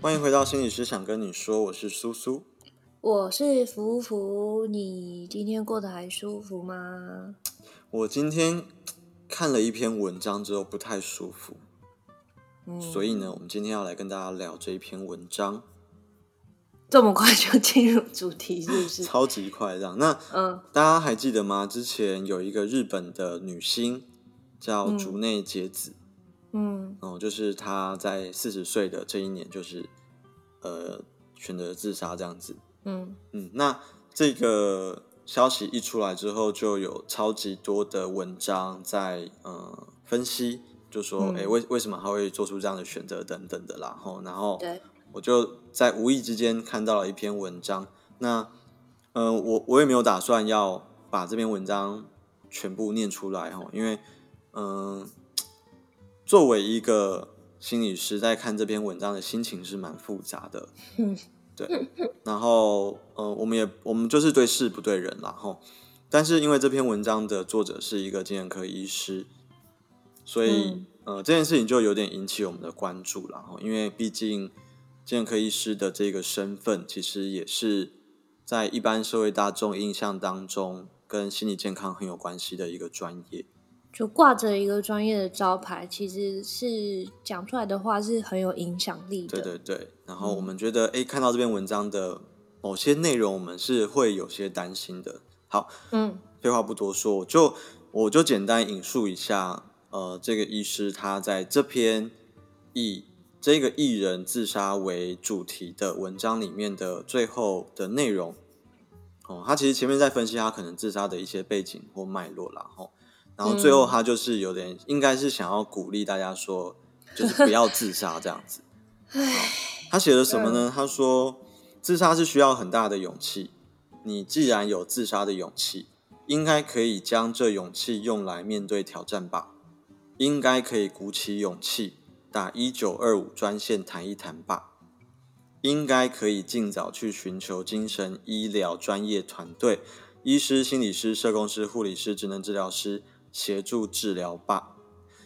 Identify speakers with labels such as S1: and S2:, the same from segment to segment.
S1: 欢迎回到心理师，想跟你说，我是苏苏。
S2: 我是福福，你今天过得还舒服吗？
S1: 我今天看了一篇文章之后不太舒服，
S2: 嗯，
S1: 所以呢，我们今天要来跟大家聊这一篇文章，
S2: 这么快就进入主题是不是？
S1: 超级快让。那
S2: 嗯，
S1: 大家还记得吗？之前有一个日本的女星叫
S2: 嗯
S1: 竹内结子，
S2: 嗯
S1: 哦、就是她在四十岁的这一年，就是呃选择自杀这样子。
S2: 嗯
S1: 嗯，那这个消息一出来之后，就有超级多的文章在呃分析，就说
S2: 嗯
S1: 诶为为什么他会做出这样的选择等等的啦。吼，然后
S2: 对，
S1: 我就在无意之间看到了一篇文章。那嗯、呃我我也没有打算要把这篇文章全部念出来吼，因为嗯、作为一个心理师，在看这篇文章的心情是蛮复杂的。
S2: 嗯
S1: 对，然后呃，我们也我们就是对事不对人啦吼。但是因为这篇文章的作者是一个精神科医师，所以、
S2: 嗯
S1: 呃这件事情就有点引起我们的关注了哈，因为毕竟精神科医师的这个身份，其实也是在一般社会大众印象当中跟心理健康很有关系的一个专业。
S2: 就挂着一个专业的招牌，其实是讲出来的话是很有影响力的。
S1: 对对对，然后我们觉得，诶，看到这篇文章的某些内容，我们是会有些担心的。好，
S2: 嗯
S1: 废话不多说，我就我就简单引述一下，呃，这个医师他在这篇以这个艺人自杀为主题的文章里面的最后的内容，哦，他其实前面在分析他可能自杀的一些背景或脉络啦，吼、然后最后他就是有点应该是想要鼓励大家说，就是不要自杀这样子。他写了什么呢？他说，自杀是需要很大的勇气。你既然有自杀的勇气，应该可以将这勇气用来面对挑战吧。应该可以鼓起勇气打一九二五专线谈一谈吧。应该可以尽早去寻求精神医疗专业团队，医师、心理师、社工师、护理师、职能治疗师协助治疗吧。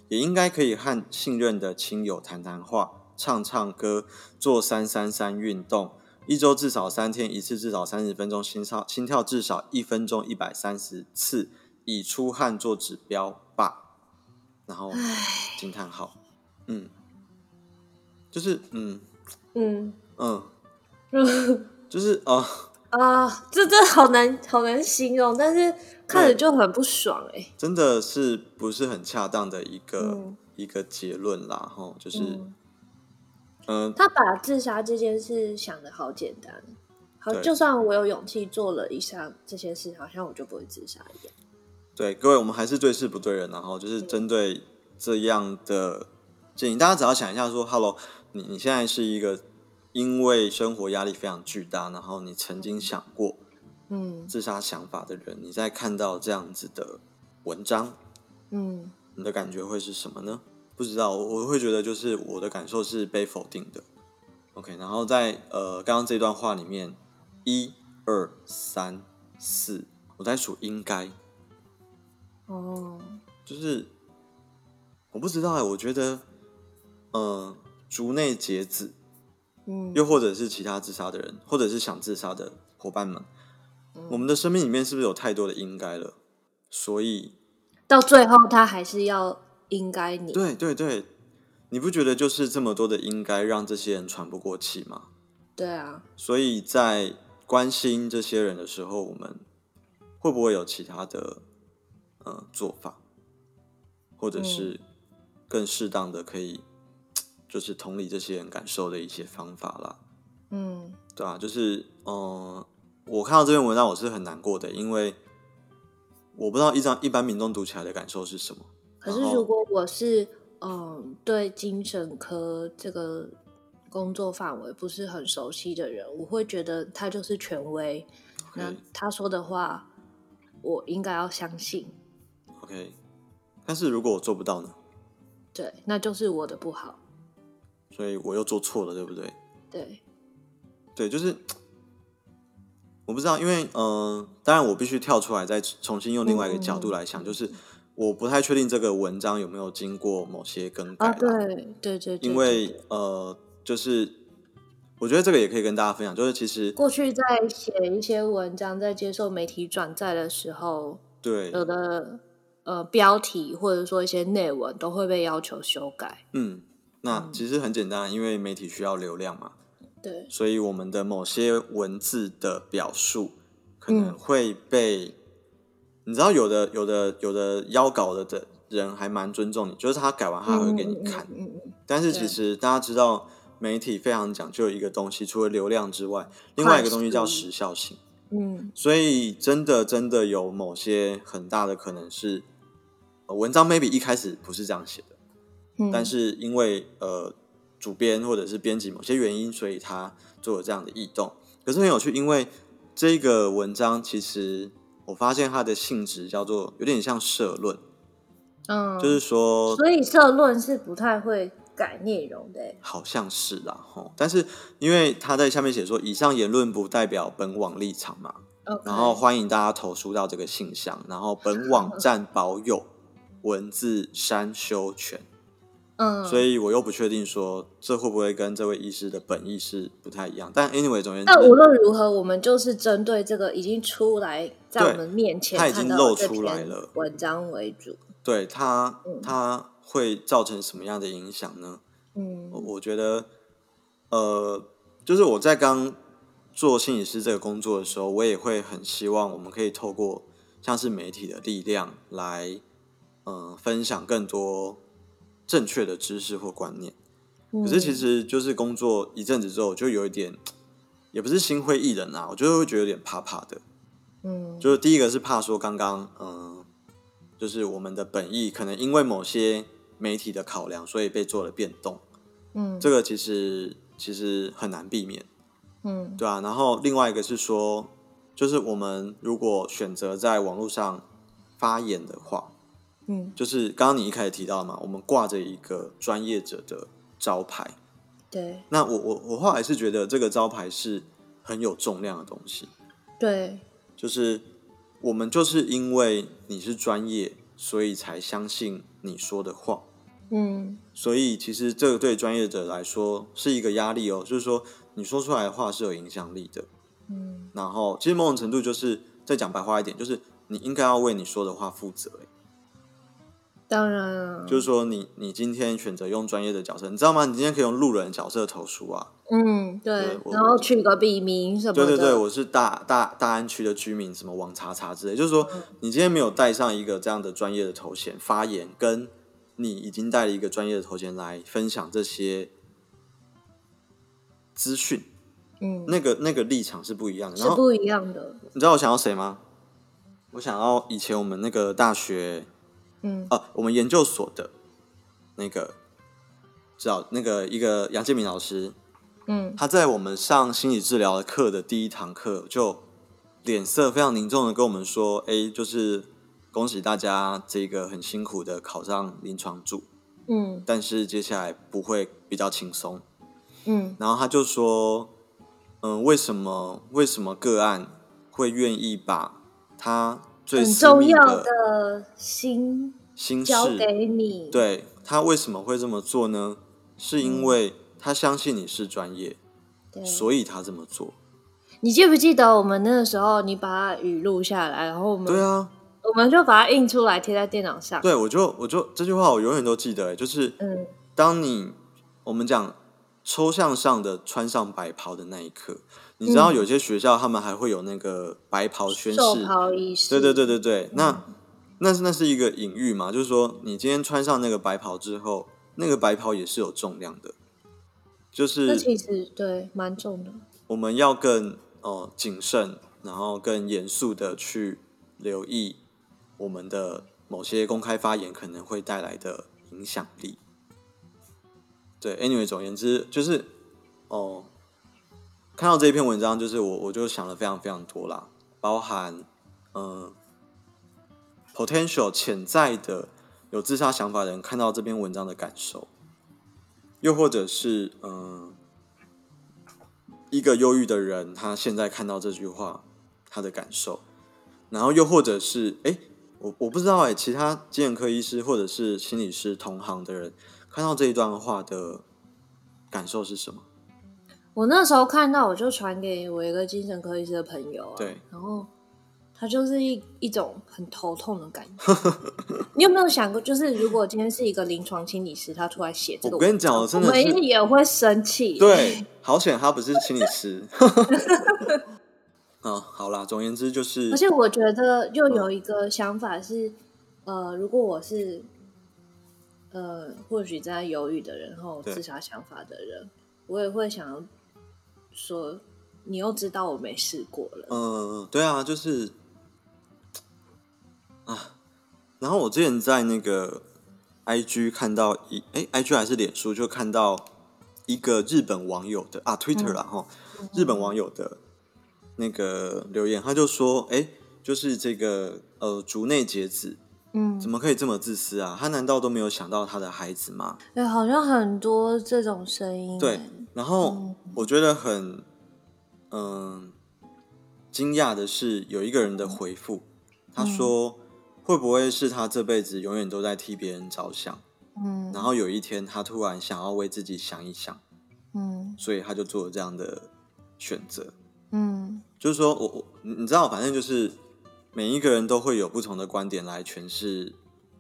S1: 也应该可以和信任的亲友谈谈话，唱唱歌，做三三三运动，一周至少三天，一次至少三十分钟，心跳心跳至少一分钟一百三十次，以出汗做指标吧。然后惊叹号，嗯，就是嗯
S2: 嗯
S1: 嗯，就是哦、
S2: 啊、这这好难好难形容，但是看着
S1: 对
S2: 就很不爽哎、
S1: 真的是不是很恰当的一个、
S2: 嗯
S1: 一个结论啦，哈，就是
S2: 嗯
S1: 嗯、呃
S2: 他把自杀这件事想的好简单，好，
S1: 对
S2: 就算我有勇气做了以上这些事，好像我就不会自杀一样。
S1: 对各位，我们还是对事不对人，然后就是针对这样的建议，大家只要想一下说，Hello，你你现在是一个因为生活压力非常巨大，然后你曾经想过
S2: 嗯
S1: 自杀想法的人，你在看到这样子的文章，
S2: 嗯
S1: 你的感觉会是什么呢？不知道，我我会觉得就是我的感受是被否定的。OK，然后在呃刚刚这段话里面，一二三四，我在数应该，
S2: 哦，
S1: 就是我不知道哎，我觉得，呃，竹内结子，
S2: 嗯
S1: 又或者是其他自杀的人，或者是想自杀的伙伴们，
S2: 嗯
S1: 我们的生命里面是不是有太多的应该了？所以
S2: 到最后他还是要应该你。
S1: 对对对，你不觉得就是这么多的应该让这些人喘不过气吗？
S2: 对啊，
S1: 所以在关心这些人的时候，我们会不会有其他的呃做法，或者是更适当的可以就是同理这些人感受的一些方法啦？
S2: 嗯
S1: 对啊，就是嗯、呃我看到这篇文章我是很难过的，因为我不知道一张一般民众读起来的感受是什么。
S2: 可是
S1: 然后
S2: 如果我是嗯对精神科这个工作范围不是很熟悉的人，我会觉得他就是权威，那
S1: OK
S2: 他说的话我应该要相信。
S1: OK，但是如果我做不到呢？
S2: 对，那就是我的不好。
S1: 所以我又做错了，对不对？
S2: 对，
S1: 对，就是我不知道，因为嗯、呃当然我必须跳出来，再重新用另外一个角度来想，就是我不太确定这个文章有没有经过某些更改
S2: 啊，
S1: 啦，
S2: 对对对对，
S1: 因
S2: 对
S1: 为
S2: 对
S1: 呃，就是我觉得这个也可以跟大家分享，就是其实
S2: 过去在写一些文章，在接受媒体转载的时候，
S1: 对，
S2: 有的呃标题或者说一些内文都会被要求修改。
S1: 嗯，那其实很简单，因为媒体需要流量嘛，
S2: 对，
S1: 所以我们的某些文字的表述可
S2: 嗯
S1: 能会被，你知道有的有的有的邀稿的的人还蛮尊重你，就是他改完他还会给你看，
S2: 嗯嗯嗯嗯
S1: 但是
S2: 对
S1: 其实大家知道媒体非常讲究一个东西，除了流量之外，另外一个东西叫
S2: 快速
S1: 时效性。
S2: 嗯
S1: 所以真的真的有某些很大的可能是，呃文章 maybe 一开始不是这样写的，
S2: 嗯，
S1: 但是因为呃主编或者是编辑某些原因，所以他做了这样的异动。可是很有趣，因为这个文章其实我发现它的性质叫做有点像社论，
S2: 嗯，
S1: 就是说
S2: 所以社论是不太会改内容的欸、
S1: 好像是啦吼，但是因为他在下面写说以上言论不代表本网立场嘛，
S2: OK
S1: 然后欢迎大家投书到这个信箱，然后本网站保有文字删修权，
S2: 嗯，
S1: 所以我又不确定说这会不会跟这位医师的本意是不太一样。但 anyway，总而言
S2: 但
S1: 之，
S2: 无论如何，我们就是针对这个已经出来在
S1: 对
S2: 我们面前
S1: 它已经
S2: 看到
S1: 露
S2: 这
S1: 出来
S2: 篇
S1: 了
S2: 文章为主。
S1: 对他
S2: 嗯
S1: 他会造成什么样的影响呢？我
S2: 嗯
S1: 我觉得，呃，就是我在刚做心理师这个工作的时候，我也会很希望我们可以透过像是媒体的力量来，嗯、分享更多正确的知识或观念。
S2: 嗯
S1: 可是其实就是工作一阵子之后，就有一点，也不是心灰意冷啊，我就会觉得有点怕怕的。
S2: 嗯，
S1: 就是第一个是怕说刚刚，嗯，就是我们的本意可能因为某些媒体的考量，所以被做了变动。
S2: 嗯
S1: 这个其实其实很难避免，
S2: 嗯
S1: 对啊。然后另外一个是说，就是我们如果选择在网络上发言的话，
S2: 嗯，
S1: 就是刚刚你一开始提到嘛，我们挂着一个专业者的招牌。
S2: 对
S1: 那我我我后来是觉得这个招牌是很有重量的东西，
S2: 对，
S1: 就是我们就是因为你是专业，所以才相信你说的话。
S2: 嗯
S1: 所以其实这个对专业者来说是一个压力哦，就是说你说出来的话是有影响力的。
S2: 嗯
S1: 然后其实某种程度就是再讲白话一点，就是你应该要为你说的话负责。欸
S2: 当然啊，
S1: 就是说你你今天选择用专业的角色，你知道吗？你今天可以用路人角色投诉啊。
S2: 嗯对
S1: 对，我
S2: 然后取个笔名什么
S1: 对
S2: 的，
S1: 对对，我是大大大安区的居民，什么王查查之类。就是说你今天没有带上一个这样的专业的头衔发言，跟你已经带了一个专业的头衔来分享这些资讯。
S2: 嗯
S1: 那个那个立场是不一样的。
S2: 是
S1: 然后
S2: 不一样的，
S1: 你知道我想要谁吗？我想要以前我们那个大学
S2: 嗯
S1: 啊，我们研究所的那个，知道那个一个杨建明老师，
S2: 嗯
S1: 他在我们上心理治疗课的第一堂课就脸色非常凝重的跟我们说：“哎，就是恭喜大家这个很辛苦的考上临床组，
S2: 嗯
S1: 但是接下来不会比较轻松。”
S2: 嗯
S1: 然后他就说，嗯，为什么为什么个案会愿意把他最
S2: 很
S1: 私
S2: 重
S1: 密
S2: 要的心
S1: 心事，
S2: 交给你，，
S1: 对他为什么会这么做呢？是因为他相信你是专业，
S2: 嗯对
S1: 所以他这么做。
S2: 你记不记得我们那个时候你把它语录下来，然后我们
S1: 对啊，
S2: 我们就把它印出来贴在电脑上。
S1: 对我就我就这句话我永远都记得、欸就是
S2: 嗯
S1: 当你我们讲抽象上的穿上白袍的那一刻，你知道
S2: 嗯
S1: 有些学校他们还会有那个白袍宣誓，
S2: 授袍嗯仪式。
S1: 对对对对对，那那是那是一个隐喻嘛，就是说你今天穿上那个白袍之后，那个白袍也是有重量的，就
S2: 那
S1: 是
S2: 其实对蛮重的。
S1: 我们要更呃谨慎，然后更严肃的去留意我们的某些公开发言可能会带来的影响力。对，anyway，总而言之就是哦、看到这一篇文章，就是我我就想了非常非常多啦，包含嗯、potential 潜在的有自杀想法的人看到这篇文章的感受，又或者是嗯、一个忧郁的人他现在看到这句话他的感受，然后又或者是哎。诶我我不知道哎、其他精神科医师或者是心理师同行的人看到这一段话的感受是什么？
S2: 我那时候看到，我就传给我一个精神科医师的朋友啊，
S1: 对，
S2: 然后他就是一一种很头痛 的感觉。你有没有想过，就是如果今天是一个临床心理师，他突然写这个
S1: 我
S2: 文章，
S1: 跟你讲，我真
S2: 我
S1: 的
S2: 们
S1: 是
S2: 也会生气。，
S1: 对，好险他不是心理师。 嗯，好啦，总而言之就是
S2: 而，且我觉得又
S1: 嗯
S2: 有一个想法是，呃，如果我是呃，或许在犹豫的人，然后有
S1: 对
S2: 自杀想法的人，我也会想要说，你又知道我没试过了，
S1: 嗯，对啊，就是啊。然后我之前在那个 I G 看到一哎，I G 还是脸书就看到一个日本网友的啊，Twitter 啦哈、日本网友的那个留言，他就说哎，就是这个呃竹内结子
S2: 嗯
S1: 怎么可以这么自私啊？他难道都没有想到他的孩子吗？
S2: 对，好像很多这种声音。
S1: 对，然后
S2: 嗯
S1: 我觉得很嗯惊讶的是，有一个人的回复，他
S2: 嗯
S1: 说、会不会是他这辈子永远都在替别人着想，
S2: 嗯
S1: 然后有一天他突然想要为自己想一想，
S2: 嗯
S1: 所以他就做了这样的选择。
S2: 嗯
S1: 就是说我我你你知道，反正就是每一个人都会有不同的观点来诠释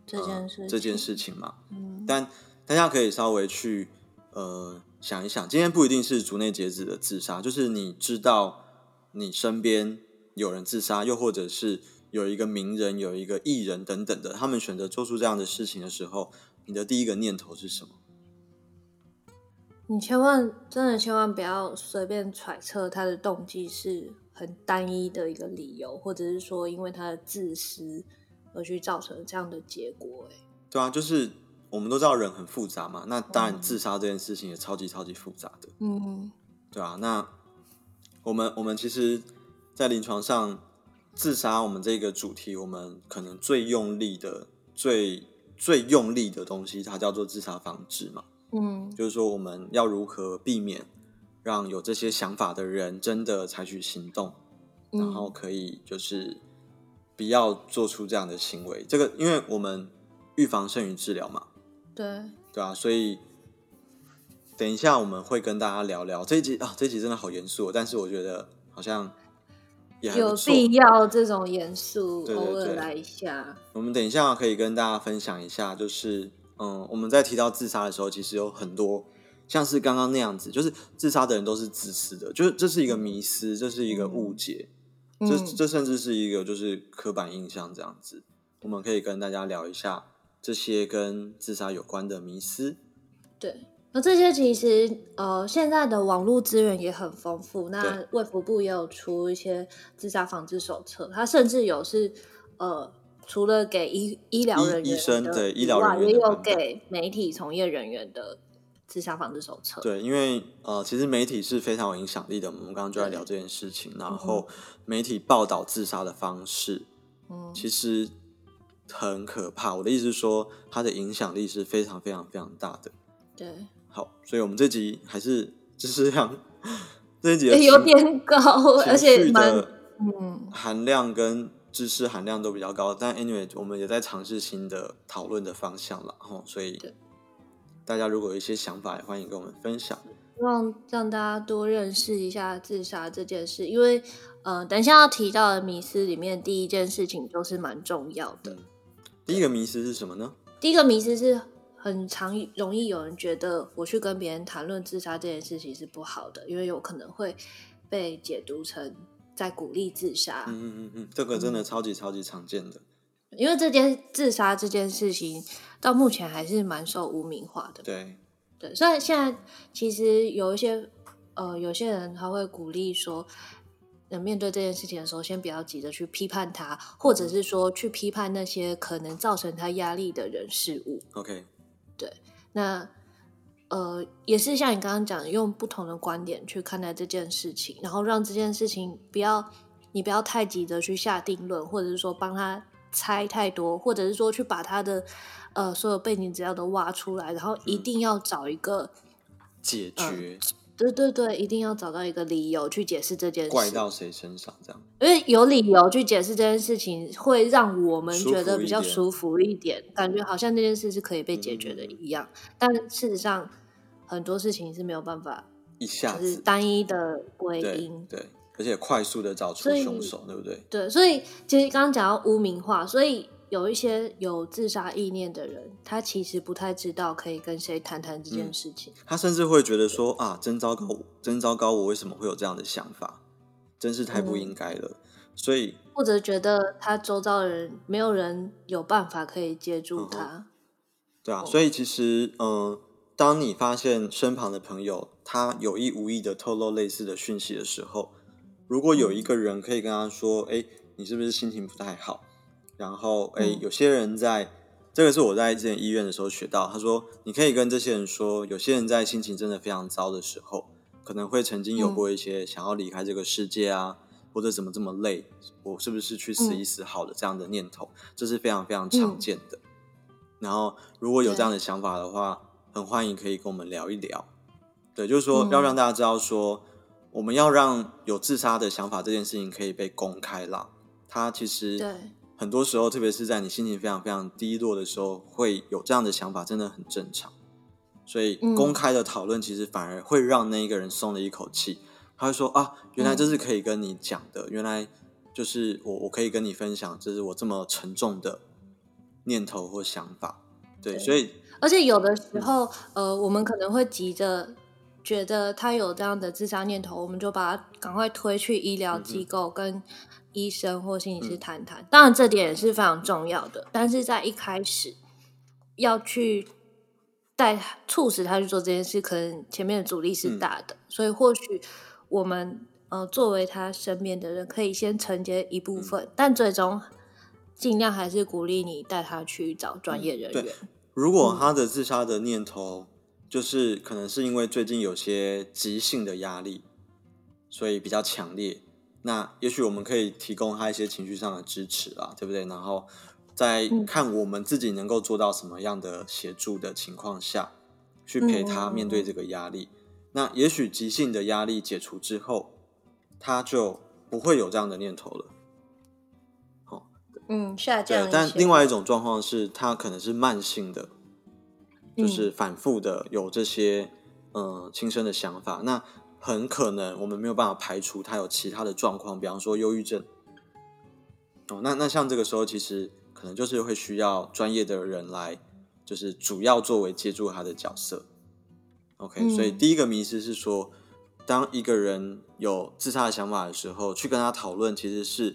S2: 这件事
S1: 呃、这件
S2: 情
S1: 事情嘛。
S2: 嗯
S1: 但大家可以稍微去呃想一想，今天不一定是竹内结子的自杀，就是你知道你身边有人自杀，又或者是有一个名人、有一个艺人等等的，他们选择做出这样的事情的时候，你的第一个念头是什么？
S2: 你千万真的千万不要随便揣测他的动机是很单一的一个理由，或者是说因为他的自私而去造成这样的结果、欸。
S1: 对啊，就是我们都知道人很复杂嘛，那当然
S2: 嗯
S1: 自杀这件事情也超级超级复杂的。
S2: 嗯
S1: 对啊，那我们我们其实，在临床上自杀我们这个主题，我们可能最用力的、最最用力的东西，它叫做自杀防治嘛，
S2: 嗯
S1: 就是说我们要如何避免让有这些想法的人真的采取行动，
S2: 嗯，
S1: 然后可以就是不要做出这样的行为。这个，因为我们预防胜于治疗嘛，
S2: 对，
S1: 对啊，所以等一下我们会跟大家聊聊这一集啊，这一集真的好严肃、哦，但是我觉得好像也还不
S2: 有
S1: 错。
S2: 必要这种严肃
S1: 对对
S2: 偶尔
S1: 对
S2: 来一下。
S1: 我们等一下可以跟大家分享一下，就是嗯，我们在提到自杀的时候，其实有很多像是刚刚那样子，就是自杀的人都是自私的，就是这是一个迷思，这是一个误解，这
S2: 嗯
S1: 这甚至是一个就是刻板印象这样子。我们可以跟大家聊一下这些跟自杀有关的迷思。
S2: 对，那这些其实呃，现在的网络资源也很丰富。那
S1: 对
S2: 卫福部也有出一些自杀防治手册，它甚至有是呃，除了给医医疗
S1: 医
S2: 人
S1: 医
S2: 员
S1: 生
S2: 的
S1: 对医
S2: 以
S1: 疗人
S2: 外
S1: 员
S2: 也
S1: 的
S2: 有
S1: 版本
S2: 给媒体从业人员的自杀防治手册。
S1: 对，因为呃，其实媒体是非常有影响力的，我们刚刚就在
S2: 对
S1: 聊这件事情。然后媒体报道自杀的方式，
S2: 嗯
S1: 其实很可怕。我的意思是说，它的影响力是非常非常非常大的。
S2: 对，
S1: 好，所以我们这集还是就是让这一集的
S2: 也有
S1: 情
S2: 点高，而
S1: 情
S2: 且
S1: 绪
S2: 蛮
S1: 的
S2: 嗯，
S1: 含量跟知识含量都比较高，但 anyway，我们也在尝试新的讨论的方向了，吼，所以
S2: 对
S1: 大家如果有一些想法，也欢迎跟我们分享。
S2: 希望让大家多认识一下自杀这件事，因为呃，等一下要提到的迷思里面，第一件事情就是蛮重要的。
S1: 第一个迷思是什么呢？
S2: 第一个迷思是很常容易有人觉得我去跟别人谈论自杀这件事情是不好的，因为有可能会被解读成在鼓励自杀。
S1: 嗯嗯嗯嗯，这个真的超级超级常见的。
S2: 因为这件自杀这件事情到目前还是蛮受污名化的。
S1: 对，
S2: 对，虽然现在其实有一些呃，有些人他会鼓励说，呃，面对这件事情的时候，先不要急着去批判他，或者是说去批判那些可能造成他压力的人事物。
S1: OK，
S2: 那呃，也是像你刚刚讲的，用不同的观点去看待这件事情，然后让这件事情不要你不要太急着去下定论，或者是说帮他猜太多，或者是说去把他的呃所有背景资料都挖出来，然后一
S1: 嗯
S2: 定要找一个。
S1: 解
S2: 嗯
S1: 决、
S2: 对对对，一定要找到一个理由去解释这件事，
S1: 怪到谁身上这样。
S2: 因为有理由去解释这件事情，会让我们
S1: 舒
S2: 觉得
S1: 服
S2: 比
S1: 一
S2: 较
S1: 点
S2: 舒服一点，感觉好像这件事是可以被解决的
S1: 嗯
S2: 一样。但事实上，很多事情是没有办法
S1: 一下
S2: 就是
S1: 子，
S2: 单一的归
S1: 对
S2: 因。
S1: 对，而且快速的找出
S2: 所以
S1: 凶手，对不对？
S2: 对，所以其实刚刚讲到污名化，所以有一些有自杀意念的人，他其实不太知道可以跟谁谈谈这
S1: 嗯
S2: 件事情。
S1: 他甚至会觉得说啊，真糟糕，真糟糕，我为什么会有这样的想法？真是太
S2: 嗯
S1: 不应该了。所以，
S2: 或者觉得他周遭的人没有人有办法可以接
S1: 嗯
S2: 住他，
S1: 对啊，所以其实，嗯、当你发现身旁的朋友他有意无意的透露类似的讯息的时候，如果
S2: 嗯
S1: 有一个人可以跟他说，哎、你是不是心情不太好？然后，哎、
S2: 嗯
S1: 有些人在，这个是我在之前医院的时候学到，他说，你可以跟这些人说，有些人在心情真的非常糟的时候，可能会曾经有
S2: 嗯
S1: 过一些想要离开这个世界啊，或者怎么这么累，我是不是去
S2: 嗯
S1: 死一死好了这样的念头，这是非常非常常见的。然后，如果有这样的想法的话，很欢迎可以跟我们聊一聊。对，就是说
S2: 嗯
S1: 要让大家知道说，我们要让有自杀的想法这件事情可以被公开啦。它其实
S2: 对
S1: 很多时候，特别是在你心情非常非常低落的时候，会有这样的想法，真的很正常。所以
S2: 嗯
S1: 公开的讨论，其实反而会让那一个人松了一口气。他会说啊，原
S2: 嗯
S1: 来这是可以跟你讲的，原来就是我我可以跟你分享，这是我这么沉重的念头或想法。对，
S2: 对
S1: 所以
S2: 而且有的时候，呃，我们可能会急着觉得他有这样的自杀念头，我们就把他赶快推去医疗机构跟医生或心理师谈谈。当然，这点也是非常重要的，但是在一开始要去带他促使他去做这件事，可能前面的阻力是大的，所以或许我们呃作为他身边的人，可以先承接一部分，但最终。尽量还是鼓励你带他去找专业人
S1: 对
S2: 员。
S1: 如
S2: 嗯
S1: 果他的自杀的念头，就是可能是因为最近有些急性的压力，所以比较强烈。那也许我们可以提供他一些情绪上的支持啦，对不对？然后再
S2: 嗯
S1: 看我们自己能够做到什么样的协助的情况下，去
S2: 嗯
S1: 陪他面对这个压力。那也许急性的压力解除之后，他就不会有这样的念头了。
S2: 嗯，下降
S1: 对
S2: 一，
S1: 但
S2: 些
S1: 另外一种状况是，它可能是慢性的，就
S2: 嗯
S1: 是反复的有这些呃轻生的想法。那很可能我们没有办法排除他有其他的状况，比方说忧郁症。哦，那那像这个时候，其实可能就是会需要专业的人来，就是主要作为接住他的角色。OK，、
S2: 嗯
S1: 所以第一个迷失是说，当一个人有自杀的想法的时候，去跟他讨论，其实是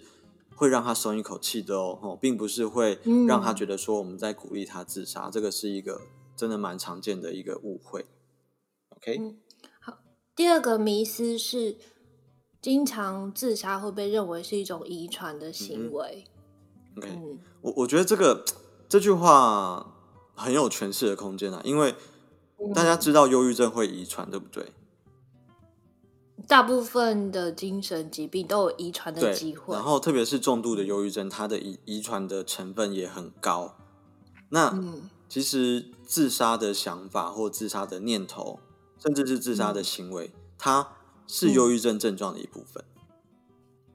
S1: 会让他松一口气的哦，哦并不是会
S2: 嗯
S1: 让他觉得说我们在鼓励他自杀，这个是一个真的蛮常见的一个误会。OK，
S2: 嗯第二个迷思是，经常自杀会被认为是一种遗传的
S1: 嗯
S2: 行为。
S1: OK，
S2: 嗯
S1: 我我觉得这个这句话很有诠释的空间啊，因为
S2: 嗯
S1: 大家知道忧郁症会遗传，对不对？
S2: 大部分的精神疾病都有遗传的
S1: 对
S2: 机，会。嗯
S1: 然后特别是重度的忧郁症，它的遗遗传的成分也很高。那、
S2: 嗯，
S1: 其实自杀的想法或自杀的念头，甚至是自杀
S2: 嗯
S1: 的行为，它是忧郁症症状的一部分。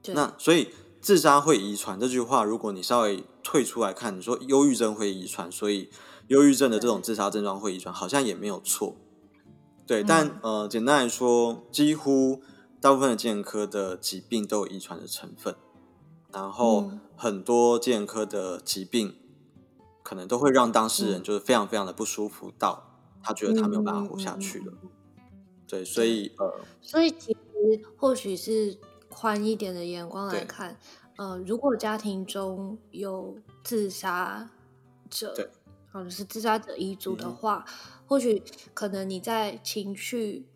S2: 对，
S1: 那所以自杀会遗传这句话，如果你稍微退出来看，你说忧郁症会遗传，所以忧郁症的这种自杀症状会遗传，好像也没有错。对，
S2: 嗯
S1: 但呃，简单来说，几乎大部分的健科的疾病都有遗传的成分，然后
S2: 嗯
S1: 很多健科的疾病可能都会让当事人
S2: 嗯
S1: 就是非常非常的不舒服到他觉得他没有办法活下
S2: 嗯
S1: 去了。对，所以呃，
S2: 所以其实或许是宽一点的眼光来
S1: 对
S2: 看，呃，如果家庭中有自杀
S1: 对
S2: 者，或者是自杀者遗族的
S1: 嗯哼
S2: 话，或许可能你在情绪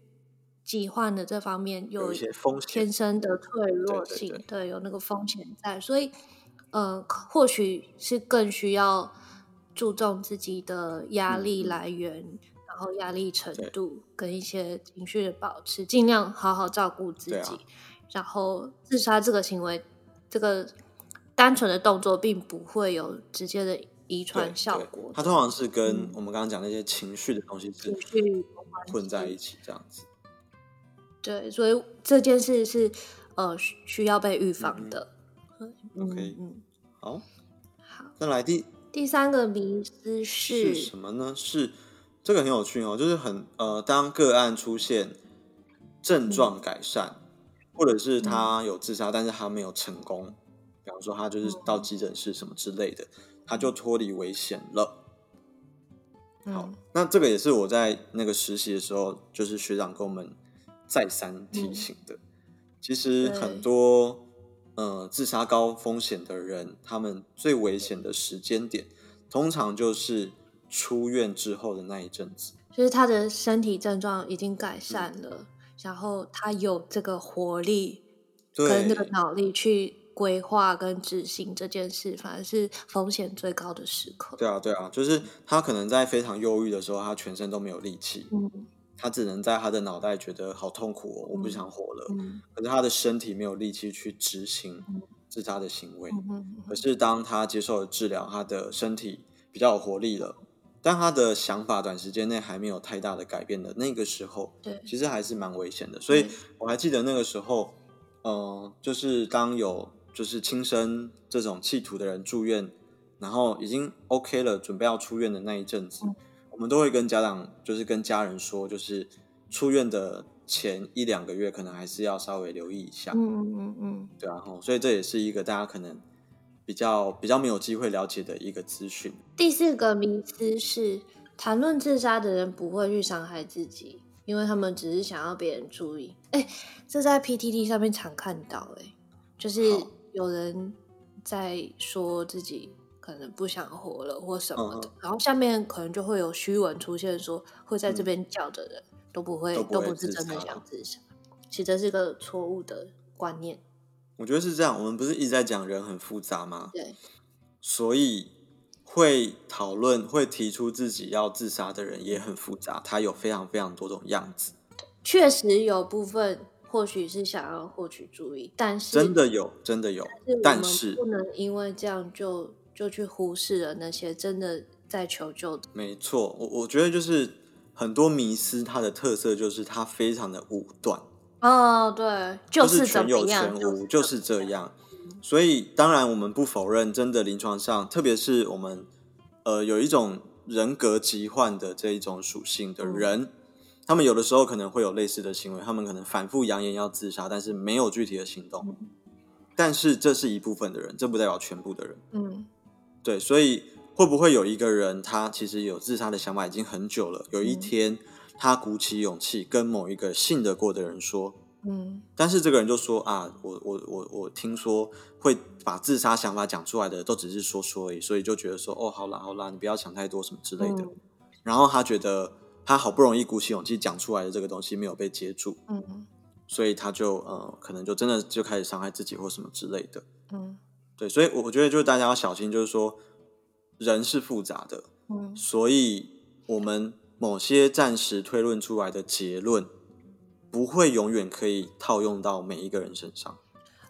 S2: 疾患的这方面
S1: 有
S2: 有
S1: 一些风险
S2: 天。生的脆弱
S1: 对
S2: 性，
S1: 对
S2: 有那个风险在，所以，呃，可或许是更需要注重自己的压力
S1: 嗯嗯
S2: 来源，然后压力程
S1: 对
S2: 度跟一些情绪的保持，尽量好好照顾自己。
S1: 对啊
S2: 然后，自杀这个行为，这个单纯的动作，并不会有直接的遗
S1: 对
S2: 传效
S1: 对
S2: 果的。
S1: 它通常是跟
S2: 嗯
S1: 我们刚刚讲那些情绪的东西是
S2: 情绪有关
S1: 混在
S2: 系
S1: 一起这样子。
S2: 对，所以这件事是呃需需要被预
S1: 嗯
S2: 防
S1: 哼
S2: 的。嗯
S1: OK
S2: 嗯，
S1: 好，
S2: 好。
S1: 再来第
S2: 第三个迷思
S1: 是
S2: 是，
S1: 什么呢？是这个很有趣哦，就是很呃，当个案出现症
S2: 嗯
S1: 状改善，或者是他有自杀，但是他没有成功，比方说他就是到
S2: 嗯
S1: 急诊室什么之类的，他就脱离危险了。好
S2: 嗯，
S1: 那这个也是我在那个实习的时候，就是学长跟我们再三提醒
S2: 嗯
S1: 的。其实
S2: 对
S1: 很多呃自杀高风险的人，他们最危险的时间点，通常就是出院之后的那一阵子。
S2: 就是他的身体症状已经改善
S1: 嗯
S2: 了，然后他有这个活力
S1: 对
S2: 跟这，个脑力去规划跟执行这件事，反而是风险最高的时刻。
S1: 对啊，对啊，就是他可能在非常忧郁的时候，他全身都没有力气，
S2: 嗯
S1: 他只能在他的脑袋觉得好痛苦哦，我不想活了。
S2: 嗯
S1: 可是他的身体没有力气去执行自杀的行为。
S2: 嗯嗯
S1: 可是当他接受了治疗，他的身体比较有活力了，但他的想法短时间内还没有太大的改变的那个时候，
S2: 对
S1: 其实还是蛮危险的。所以
S2: 对
S1: 我还记得那个时候，嗯、就是当有就是轻生这种企图的人住院，然后已经 OK 了，准备要出院的那一阵子，
S2: 嗯
S1: 我们都会跟家长，就是跟家人说，就是出院的前一两个月，可能还是要稍微留意一下。
S2: 嗯嗯嗯
S1: 对啊，吼所以这也是一个大家可能比较比较没有机会了解的一个资讯。
S2: 第四个迷思是，谈论自杀的人不会去伤害自己，因为他们只是想要别人注意。哎、这在 PTT 上面常看到、哎，就是
S1: 好
S2: 有人在说自己可能不想活了或什么的，
S1: 嗯
S2: 然后下面可能就会有虚文出现说会在这边叫的人、都不会
S1: 嗯都不会
S2: 是
S1: 自
S2: 真的
S1: 杀
S2: 想自杀，其实这是个错误的观念。
S1: 我觉得是这样，我们不是一直在讲人很复杂吗？
S2: 对，
S1: 所以会讨论、会提出自己要自杀的人也很复杂，他有非常非常多种样子，
S2: 确实有部分或许是想要获取注意，但是
S1: 真的有，真的有
S2: 是我。
S1: 但
S2: 们
S1: 是
S2: 不能因为这样就就去忽视了那些真的在求救的。
S1: 没错，我我觉得就是很多迷思，它的特色就是它非常的武断。
S2: 哦，对，就
S1: 就是
S2: 怎
S1: 全
S2: 么
S1: 有全
S2: 样，
S1: 无，
S2: 就
S1: 就是是这样。所以当然我们不否认，真的临床上，特别是我们呃有一种人格疾患的这一种属性的人，他们有的时候可能会有类似的行为，他们可能反复扬言要自杀，但是没有具体的行动。但是这是一部分的人，这不代表全部的人。
S2: 嗯
S1: 对，所以会不会有一个人，他其实有自杀的想法已经很久了，有一
S2: 嗯
S1: 天他鼓起勇气跟某一个信得过的人说。
S2: 嗯
S1: 但是这个人就说啊，我我我我听说会把自杀想法讲出来的都只是说说而已，所以就觉得说哦，好啦好啦，你不要想太多什么之类的。
S2: 嗯
S1: 然后他觉得他好不容易鼓起勇气讲出来的这个东西没有被接住，
S2: 嗯
S1: 所以他就呃可能就真的就开始伤害自己或什么之类的。
S2: 嗯
S1: 对，所以我我觉得就是大家要小心，就是说人是复杂的，
S2: 嗯，
S1: 所以我们某些暂时推论出来的结论不会永远可以套用到每一个人身上。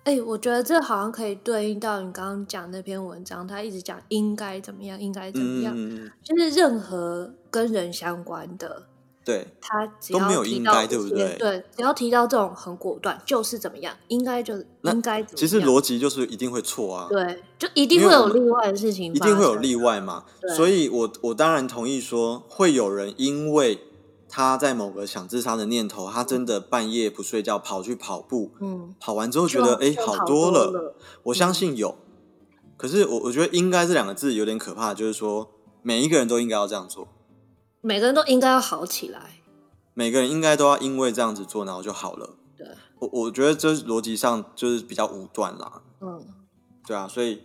S2: 哎、我觉得这好像可以对应到你刚刚讲那篇文章，他一直讲应该怎么样，应该怎么样，
S1: 嗯，
S2: 就是任何跟人相关的，
S1: 对，
S2: 他只
S1: 都
S2: 要
S1: 没有
S2: 提
S1: 应
S2: 到
S1: 该
S2: 这
S1: 对不
S2: 些
S1: 对
S2: 对，只要提到这种很果断，就是怎么样，应该就是
S1: 那
S2: 应该怎么样。
S1: 其实逻辑就是一定会错啊，
S2: 对，就一定会有例外的事情
S1: 一
S2: 发生，
S1: 定会有例外嘛。
S2: 对
S1: 所以我我当然同意说，会有人因为他在某个想自杀的念头，他真的半夜不睡觉跑去跑步，
S2: 嗯，
S1: 跑完之后
S2: 我
S1: 觉得哎、好
S2: 好
S1: 多
S2: 了，嗯
S1: 了，我相信有。可是我我觉得“应该”这两个字有点可怕，就是说每一个人都应该要这样做，
S2: 每个人都应该要好起来。
S1: 每个人应该都要因为这样子做，然后就好了。
S2: 对，
S1: 我我觉得这逻辑上就是比较武断啦。
S2: 嗯
S1: 对啊，所以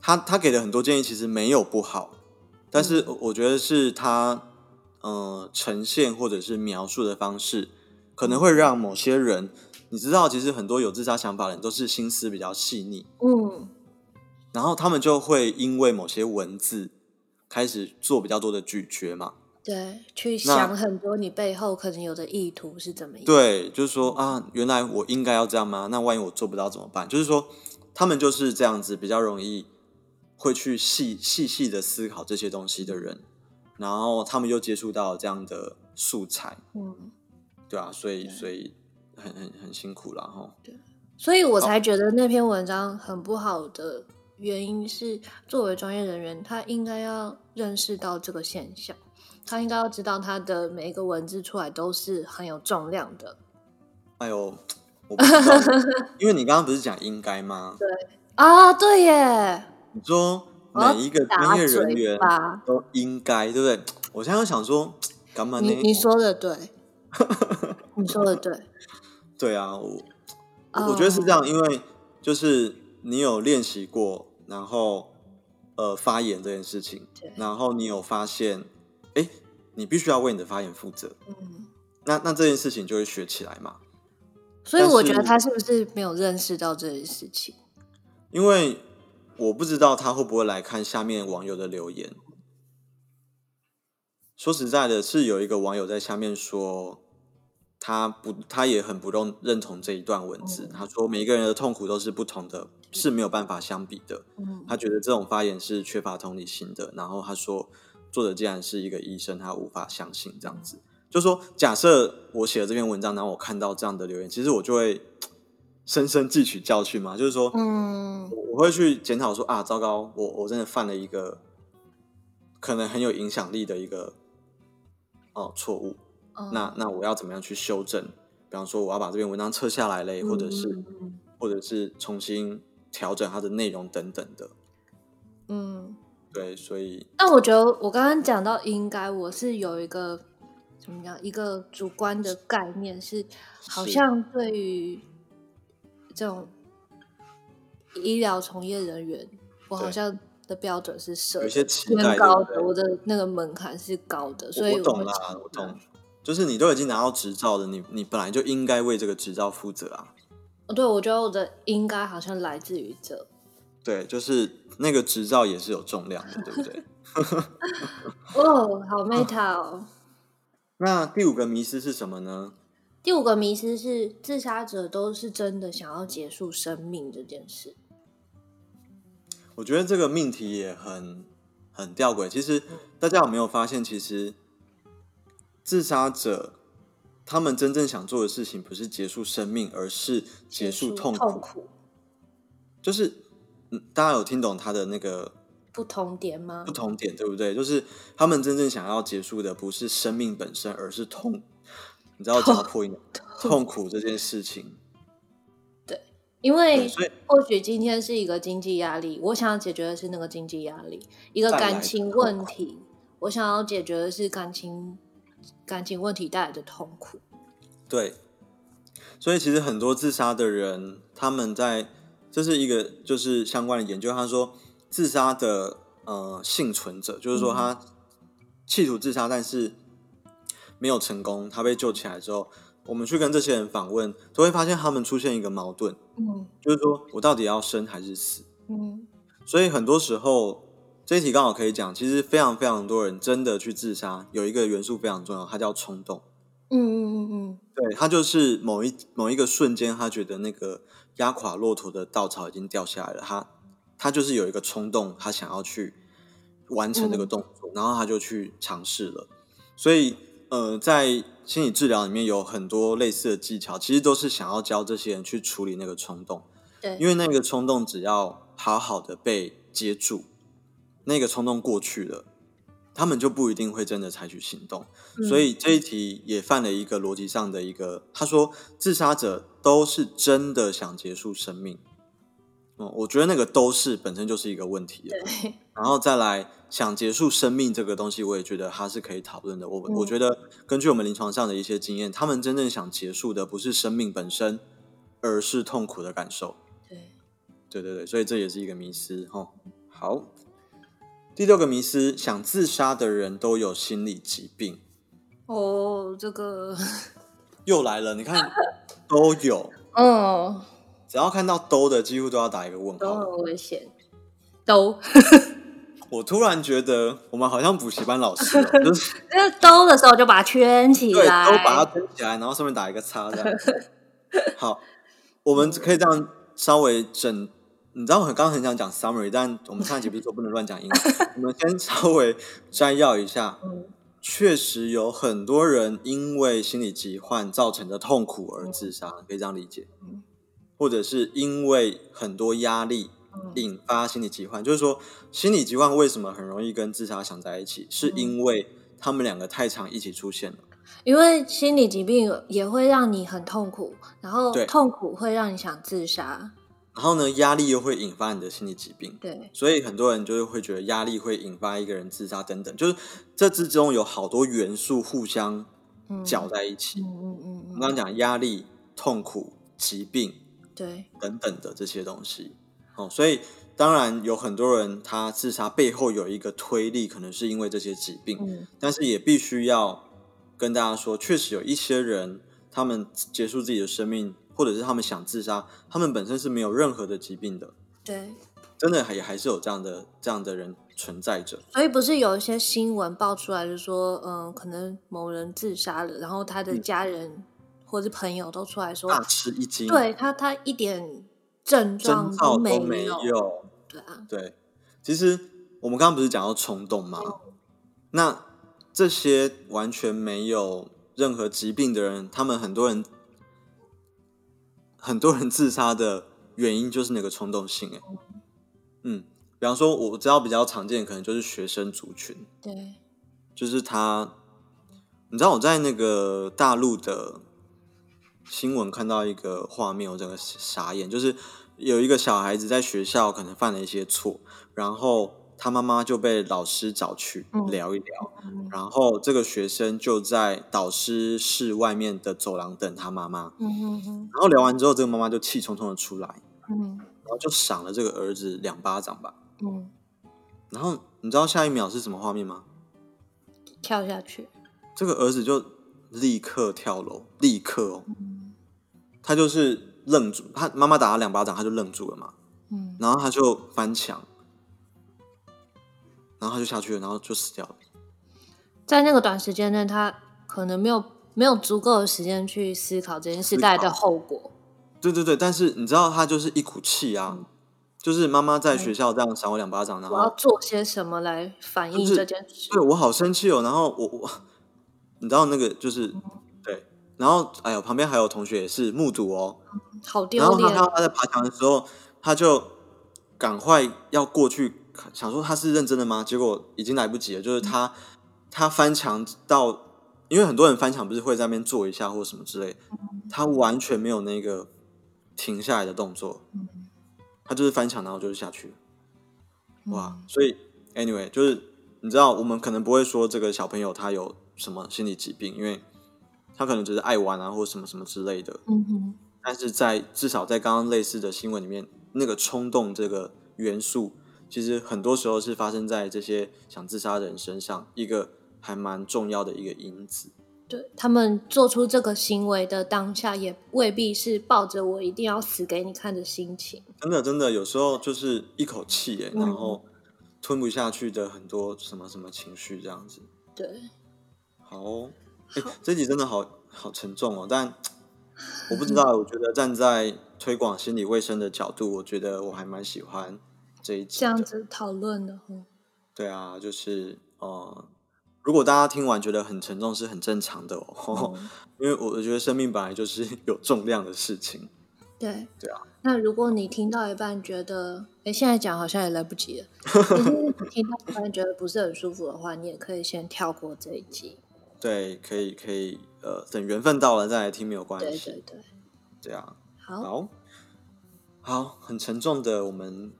S1: 他他给的很多建议其实没有不好，但是
S2: 嗯
S1: 我我觉得是他呃呈现或者是描述的方式，可能会让某些人，你知道，其实很多有自杀想法的人都是心思比较细腻，
S2: 嗯，
S1: 然后他们就会因为某些文字开始做比较多的咀嚼嘛。
S2: 对，去
S1: 那
S2: 想很多你背后可能有的意图是怎么样。，
S1: 对，就是说啊，原来我应该要这样吗？那万一我做不到怎么办？就是说，他们就是这样子，比较容易会去细细细的思考这些东西的人，然后他们又接触到这样的素材，
S2: 嗯，
S1: 对啊，所以
S2: 对
S1: 所以很很很辛苦啦。哈。
S2: 所以我才觉得那篇文章很不好的原因是，作为专业人员，他应该要认识到这个现象，他应该要知道他的每一个文字出来都是很有重量的。
S1: 哎呦，我 不知道，因为你刚刚不是讲应该吗？
S2: 啊，对耶，
S1: 你说
S2: 我要
S1: 每一个
S2: 打
S1: 专业人
S2: 嘴
S1: 员
S2: 巴。
S1: 都应该，对不对？我现在又想说，干嘛
S2: 你你
S1: 呢？
S2: 说 的对，你说的对。
S1: 对啊，我
S2: 哦
S1: 我觉得是这样，因为就是你有练习过，然后呃发言这件事情
S2: 对，
S1: 然后你有发现，哎，你必须要为你的发言负责，
S2: 嗯，
S1: 那那这件事情就会学起来嘛。
S2: 所以
S1: 但
S2: 我觉得
S1: 是
S2: 他是不是没有认识到这件事情？
S1: 因为我不知道他会不会来看下面网友的留言。说实在的，是有一个网友在下面说，他不，他也很不认认同这一段文
S2: 哦
S1: 字。他说，每一个人的痛苦都是不同的，是没有办法相比的。
S2: 嗯
S1: 他觉得这种发言是缺乏同理心的。然后他说，作者既然是一个医生，他无法相信这样子。就说假设我写了这篇文章，然后我看到这样的留言，其实我就会深深汲取教训嘛，就是说，
S2: 嗯
S1: 我我会去检讨说啊，糟糕，我我真的犯了一个可能很有影响力的一个哦错误。
S2: 嗯
S1: 那那我要怎么样去修正？比方说，我要把这篇文章撤下来嘞，或者是
S2: 嗯
S1: 或者是重新调整它的内容等等的。
S2: 嗯。
S1: 对，所以
S2: 但我觉得我刚刚讲到应该，我是有一个怎么样一个主观的概念是，好
S1: 是
S2: 像对于这种医疗从业人员，我好
S1: 对
S2: 像的标准是设
S1: 有一
S2: 的
S1: 些期
S2: 呃偏
S1: 待，
S2: 高
S1: 对不
S2: 的，
S1: 对？
S2: 我的那个门槛是高的，所
S1: 我
S2: 以
S1: 我懂
S2: 会
S1: 啦
S2: 期待，
S1: 我懂。就是你都已经拿到执照了，你你本来就应该为这个执照负责啊。
S2: 哦对，我觉得我的应该好像来自于 这。
S1: 对，就是那个执照也是有重量的，对不 对？
S2: 哦，好 meta 哦。
S1: 那第五个迷思是什么呢？
S2: 第五个迷思是，自杀者都是真的想要结束生命这件事。
S1: 我觉得这个命题也很很吊诡。其实大家有没有发现，其实自杀者他们真正想做的事情不是结束生命，而是结束痛苦。
S2: 痛苦
S1: 就是嗯，大家有听懂他的那个
S2: 不同点吗
S1: 不？同点，对不对？就是他们真正想要结束的不是生命本身，而是痛。你知道我讲到破音了痛苦这件事情，
S2: 因
S1: 对，
S2: 为
S1: 所以
S2: 或许今天是一个经济压力，我想要解决的是那个经济压力；一个
S1: 带来的
S2: 感情问题，我想要解决的是感情感情问题带来的痛苦。
S1: 对，所以其实很多自杀的人，他们在这是一个就是相关的研究，他说自杀的呃幸存者，就是说他企图自杀，但是没有成功，他被救起来之后，我们去跟这些人访问，都会发现他们出现一个矛盾，
S2: 嗯
S1: 就是说我到底要生还是死？
S2: 嗯
S1: 所以很多时候。这一题刚好可以讲，其实非常非常多人真的去自杀，有一个元素非常重要，它叫冲动。
S2: 嗯嗯嗯嗯，
S1: 对他就是某一某一个瞬间，他觉得那个压垮骆驼的稻草已经掉下来了，他他就是有一个冲动，他想要去完成这个动作，然后他就去尝试了。所以，呃，在心理治疗里面有很多类似的技巧，其实都是想要教这些人去处理那个冲动，
S2: 对，
S1: 因为那个冲动只要好好的被接住，那个冲动过去了，他们就不一定会真的采取行动。
S2: 嗯
S1: 所以这一题也犯了一个逻辑上的一个，他说自杀者都是真的想结束生命。嗯，我觉得那个都是本身就是一个问题了。
S2: 对，
S1: 然后再来想结束生命这个东西，我也觉得它是可以讨论的。我、
S2: 嗯
S1: 我觉得根据我们临床上的一些经验，他们真正想结束的不是生命本身，而是痛苦的感受。 对
S2: 对，
S1: 对对，所以这也是一个迷思哈。好，第六个迷思，想自杀的人都有心理疾病。
S2: 哦，这个，
S1: 又来了，你看都有，
S2: 嗯，
S1: 只要看到都的，几乎都要打一个问
S2: 都
S1: 号。
S2: 很危险，都。
S1: 我突然觉得我们好像补习班老师、哦，就是
S2: 那兜的时候就把它圈 起
S1: 对，
S2: 来，
S1: 都把它圈起来，然后上面打一个叉 这样。好，我们可以这样稍微整。你知道我刚刚很想讲 summary，但我们上一集不是说不能乱讲英文， 我们先稍微摘要一下。
S2: 嗯
S1: 确实有很多人因为心理疾患造成的痛苦而自杀，可以这样理解
S2: 嗯，
S1: 或者是因为很多压力
S2: 嗯
S1: 引发心理疾患，就是说心理
S2: 嗯
S1: 疾患为什么很容易跟自杀想在一起，是因为他们两个太常一起出现了。
S2: 因为心理疾病也会让你很痛苦，然后
S1: 对
S2: 痛苦会让你想自杀。
S1: 然后呢，压力又会引发你的心理疾病，
S2: 对，
S1: 所以很多人就是会觉得压力会引发一个人自杀等等，就是这之中有好多元素互相
S2: 嗯，
S1: 搅在一起。
S2: 嗯嗯嗯
S1: 我
S2: 嗯
S1: 们刚刚讲压力、痛苦、疾病
S2: 嗯，对，
S1: 等等的这些东西，哦，所以当然有很多人他自杀背后有一个推力，可能是因为这些疾病，
S2: 嗯
S1: 但是也必须要跟大家说，确实有一些人，他们结束自己的生命，或者是他们想自杀，他们本身是没有任何的疾病的，
S2: 对。
S1: 真的还还是有这样的这样的人存在着。
S2: 所以不是有一些新闻爆出来，就说，嗯、可能某人自杀了，然后他的
S1: 嗯
S2: 家人或是朋友都出来说，
S1: 大吃一惊，
S2: 对他，他一点症状
S1: 征兆
S2: 没
S1: 都没有。
S2: 对啊，
S1: 对，其实我们刚刚不是讲到冲动吗？那这些完全没有任何疾病的人，他们很多人很多人自杀的原因就是那个冲动性、欸。嗯，比方说，我知道比较常见，可能就是学生族群，
S2: 对，
S1: 就是他，你知道我在那个大陆的新闻看到一个画面，我整个傻眼，就是有一个小孩子在学校可能犯了一些错，然后他妈妈就被老师找去
S2: 嗯
S1: 聊一聊，
S2: 嗯
S1: 然后这个学生就在导师室外面的走廊等他妈妈，
S2: 嗯嗯
S1: 然后聊完之后，这个妈妈就气冲冲的出来，然
S2: 嗯
S1: 后就赏了这个儿子两巴掌吧，
S2: 嗯，
S1: 然后你知道下一秒是什么画面吗？
S2: 跳下去，
S1: 这个儿子就立刻跳楼，立刻哦，
S2: 嗯
S1: 他就是愣住，他妈妈打他两巴掌，他就愣住了嘛，
S2: 嗯，
S1: 然后他就翻墙，然后他就下去了，然后就死掉了。
S2: 在那个短时间内，他可能没有没有足够的时间去思考这件
S1: 思
S2: 事带来的
S1: 考
S2: 后果。
S1: 对对对，但是你知道他就是一股气啊，就是妈妈在学校这样赏我两巴掌，然
S2: 嗯我要
S1: 后
S2: 做些什么来反
S1: 就
S2: 映
S1: 是
S2: 这件事？
S1: 对我好生气哦，然后我我，你知道那个
S2: 嗯
S1: 就是对，然后哎呦旁边还有同学也是目睹哦，
S2: 好
S1: 然
S2: 丢
S1: 后他
S2: 脸
S1: 看！到他在爬墙的时候，他就赶快要过去，想说他是认真的吗？结果已经来不及了，就是
S2: 嗯
S1: 他他翻墙到，因为很多人翻墙不是会在那边坐一下或什么之类，
S2: 嗯
S1: 他完全没有那个停下来的动作，
S2: 嗯
S1: 他就是翻墙然后就是下去了，
S2: 嗯
S1: 哇！所以 anyway 就是你知道，我们可能不会说这个小朋友他有什么心理疾病，因为他可能只是爱玩啊或什么什么之类的，
S2: 嗯哼，
S1: 但是在至少在刚刚类似的新闻里面，那个冲动这个元素，其实很多时候是发生在这些想自杀的人身上，一个还蛮重要的一个因子。
S2: 对他们做出这个行为的当下，也未必是抱着我一定要死给你看的心情。
S1: 真的，真的，有时候就是一口气耶，
S2: 嗯
S1: 然后吞不下去的很多什么什么情绪这样子。
S2: 对，
S1: 好、哦，哎，这集真的好好沉重哦，但我不知道，我觉得站在推广心理卫生的角度，我觉得我还蛮喜欢这一集的。
S2: 这样子讨论的话，
S1: 对啊，就是呃，如果大家听完觉得很沉重，是很正常的哦，
S2: 嗯
S1: 因为我我觉得生命本来就是 有重量的事情。
S2: 对
S1: 对啊。
S2: 那如果你听到一半觉得，哎，现在讲好像也来 不及了，就是你听到一半觉得不是很舒服的话，你也可以先跳过这一集。
S1: 对，可以可以，呃，等缘分到了再来听没有关
S2: 对
S1: 系。
S2: 对对，
S1: 对啊，
S2: 好，
S1: 好，好，很沉重的，我们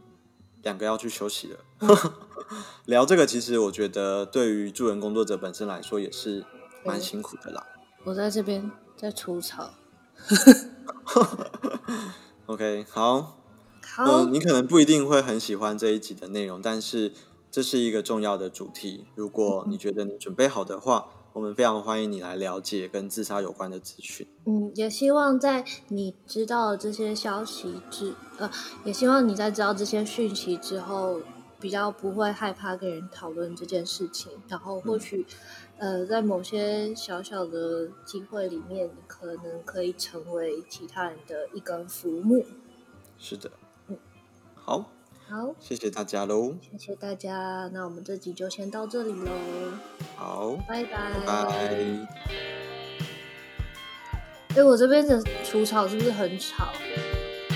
S1: 两个要去休息了。 聊这个，其实我觉得对于助人工作者本身来说也是蛮
S2: 嗯
S1: 辛苦的啦。
S2: 我在这边在除草。
S1: OK，好，
S2: 好，
S1: 嗯，你可能不一定会很喜欢这一集的内容，但是这是一个重要的主题。如果你觉得你准备好的话，我们非常欢迎你来了解跟自杀有关的资讯。
S2: 嗯，也希望在你知道这些消息之呃，也希望你在知道这些讯息之后，比较不会害怕跟人讨论这件事情，然后或许、呃，在某些小小的机会里面，你可能可以成为其他人的一根浮木。
S1: 是的
S2: 嗯，
S1: 好，
S2: 好，
S1: 谢谢大家喽。
S2: 谢谢大家，那我们这集就先到这里喽，
S1: 好，
S2: 拜拜。
S1: 拜拜。
S2: 哎、我这边的除草是不是很吵？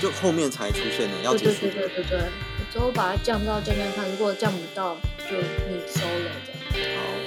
S1: 就后面才出现的，要
S2: 对
S1: 结
S2: 对
S1: 束
S2: 对对
S1: 的。
S2: 对对，我之后把它降到降降看，如果降不到就你收了这样。
S1: 好。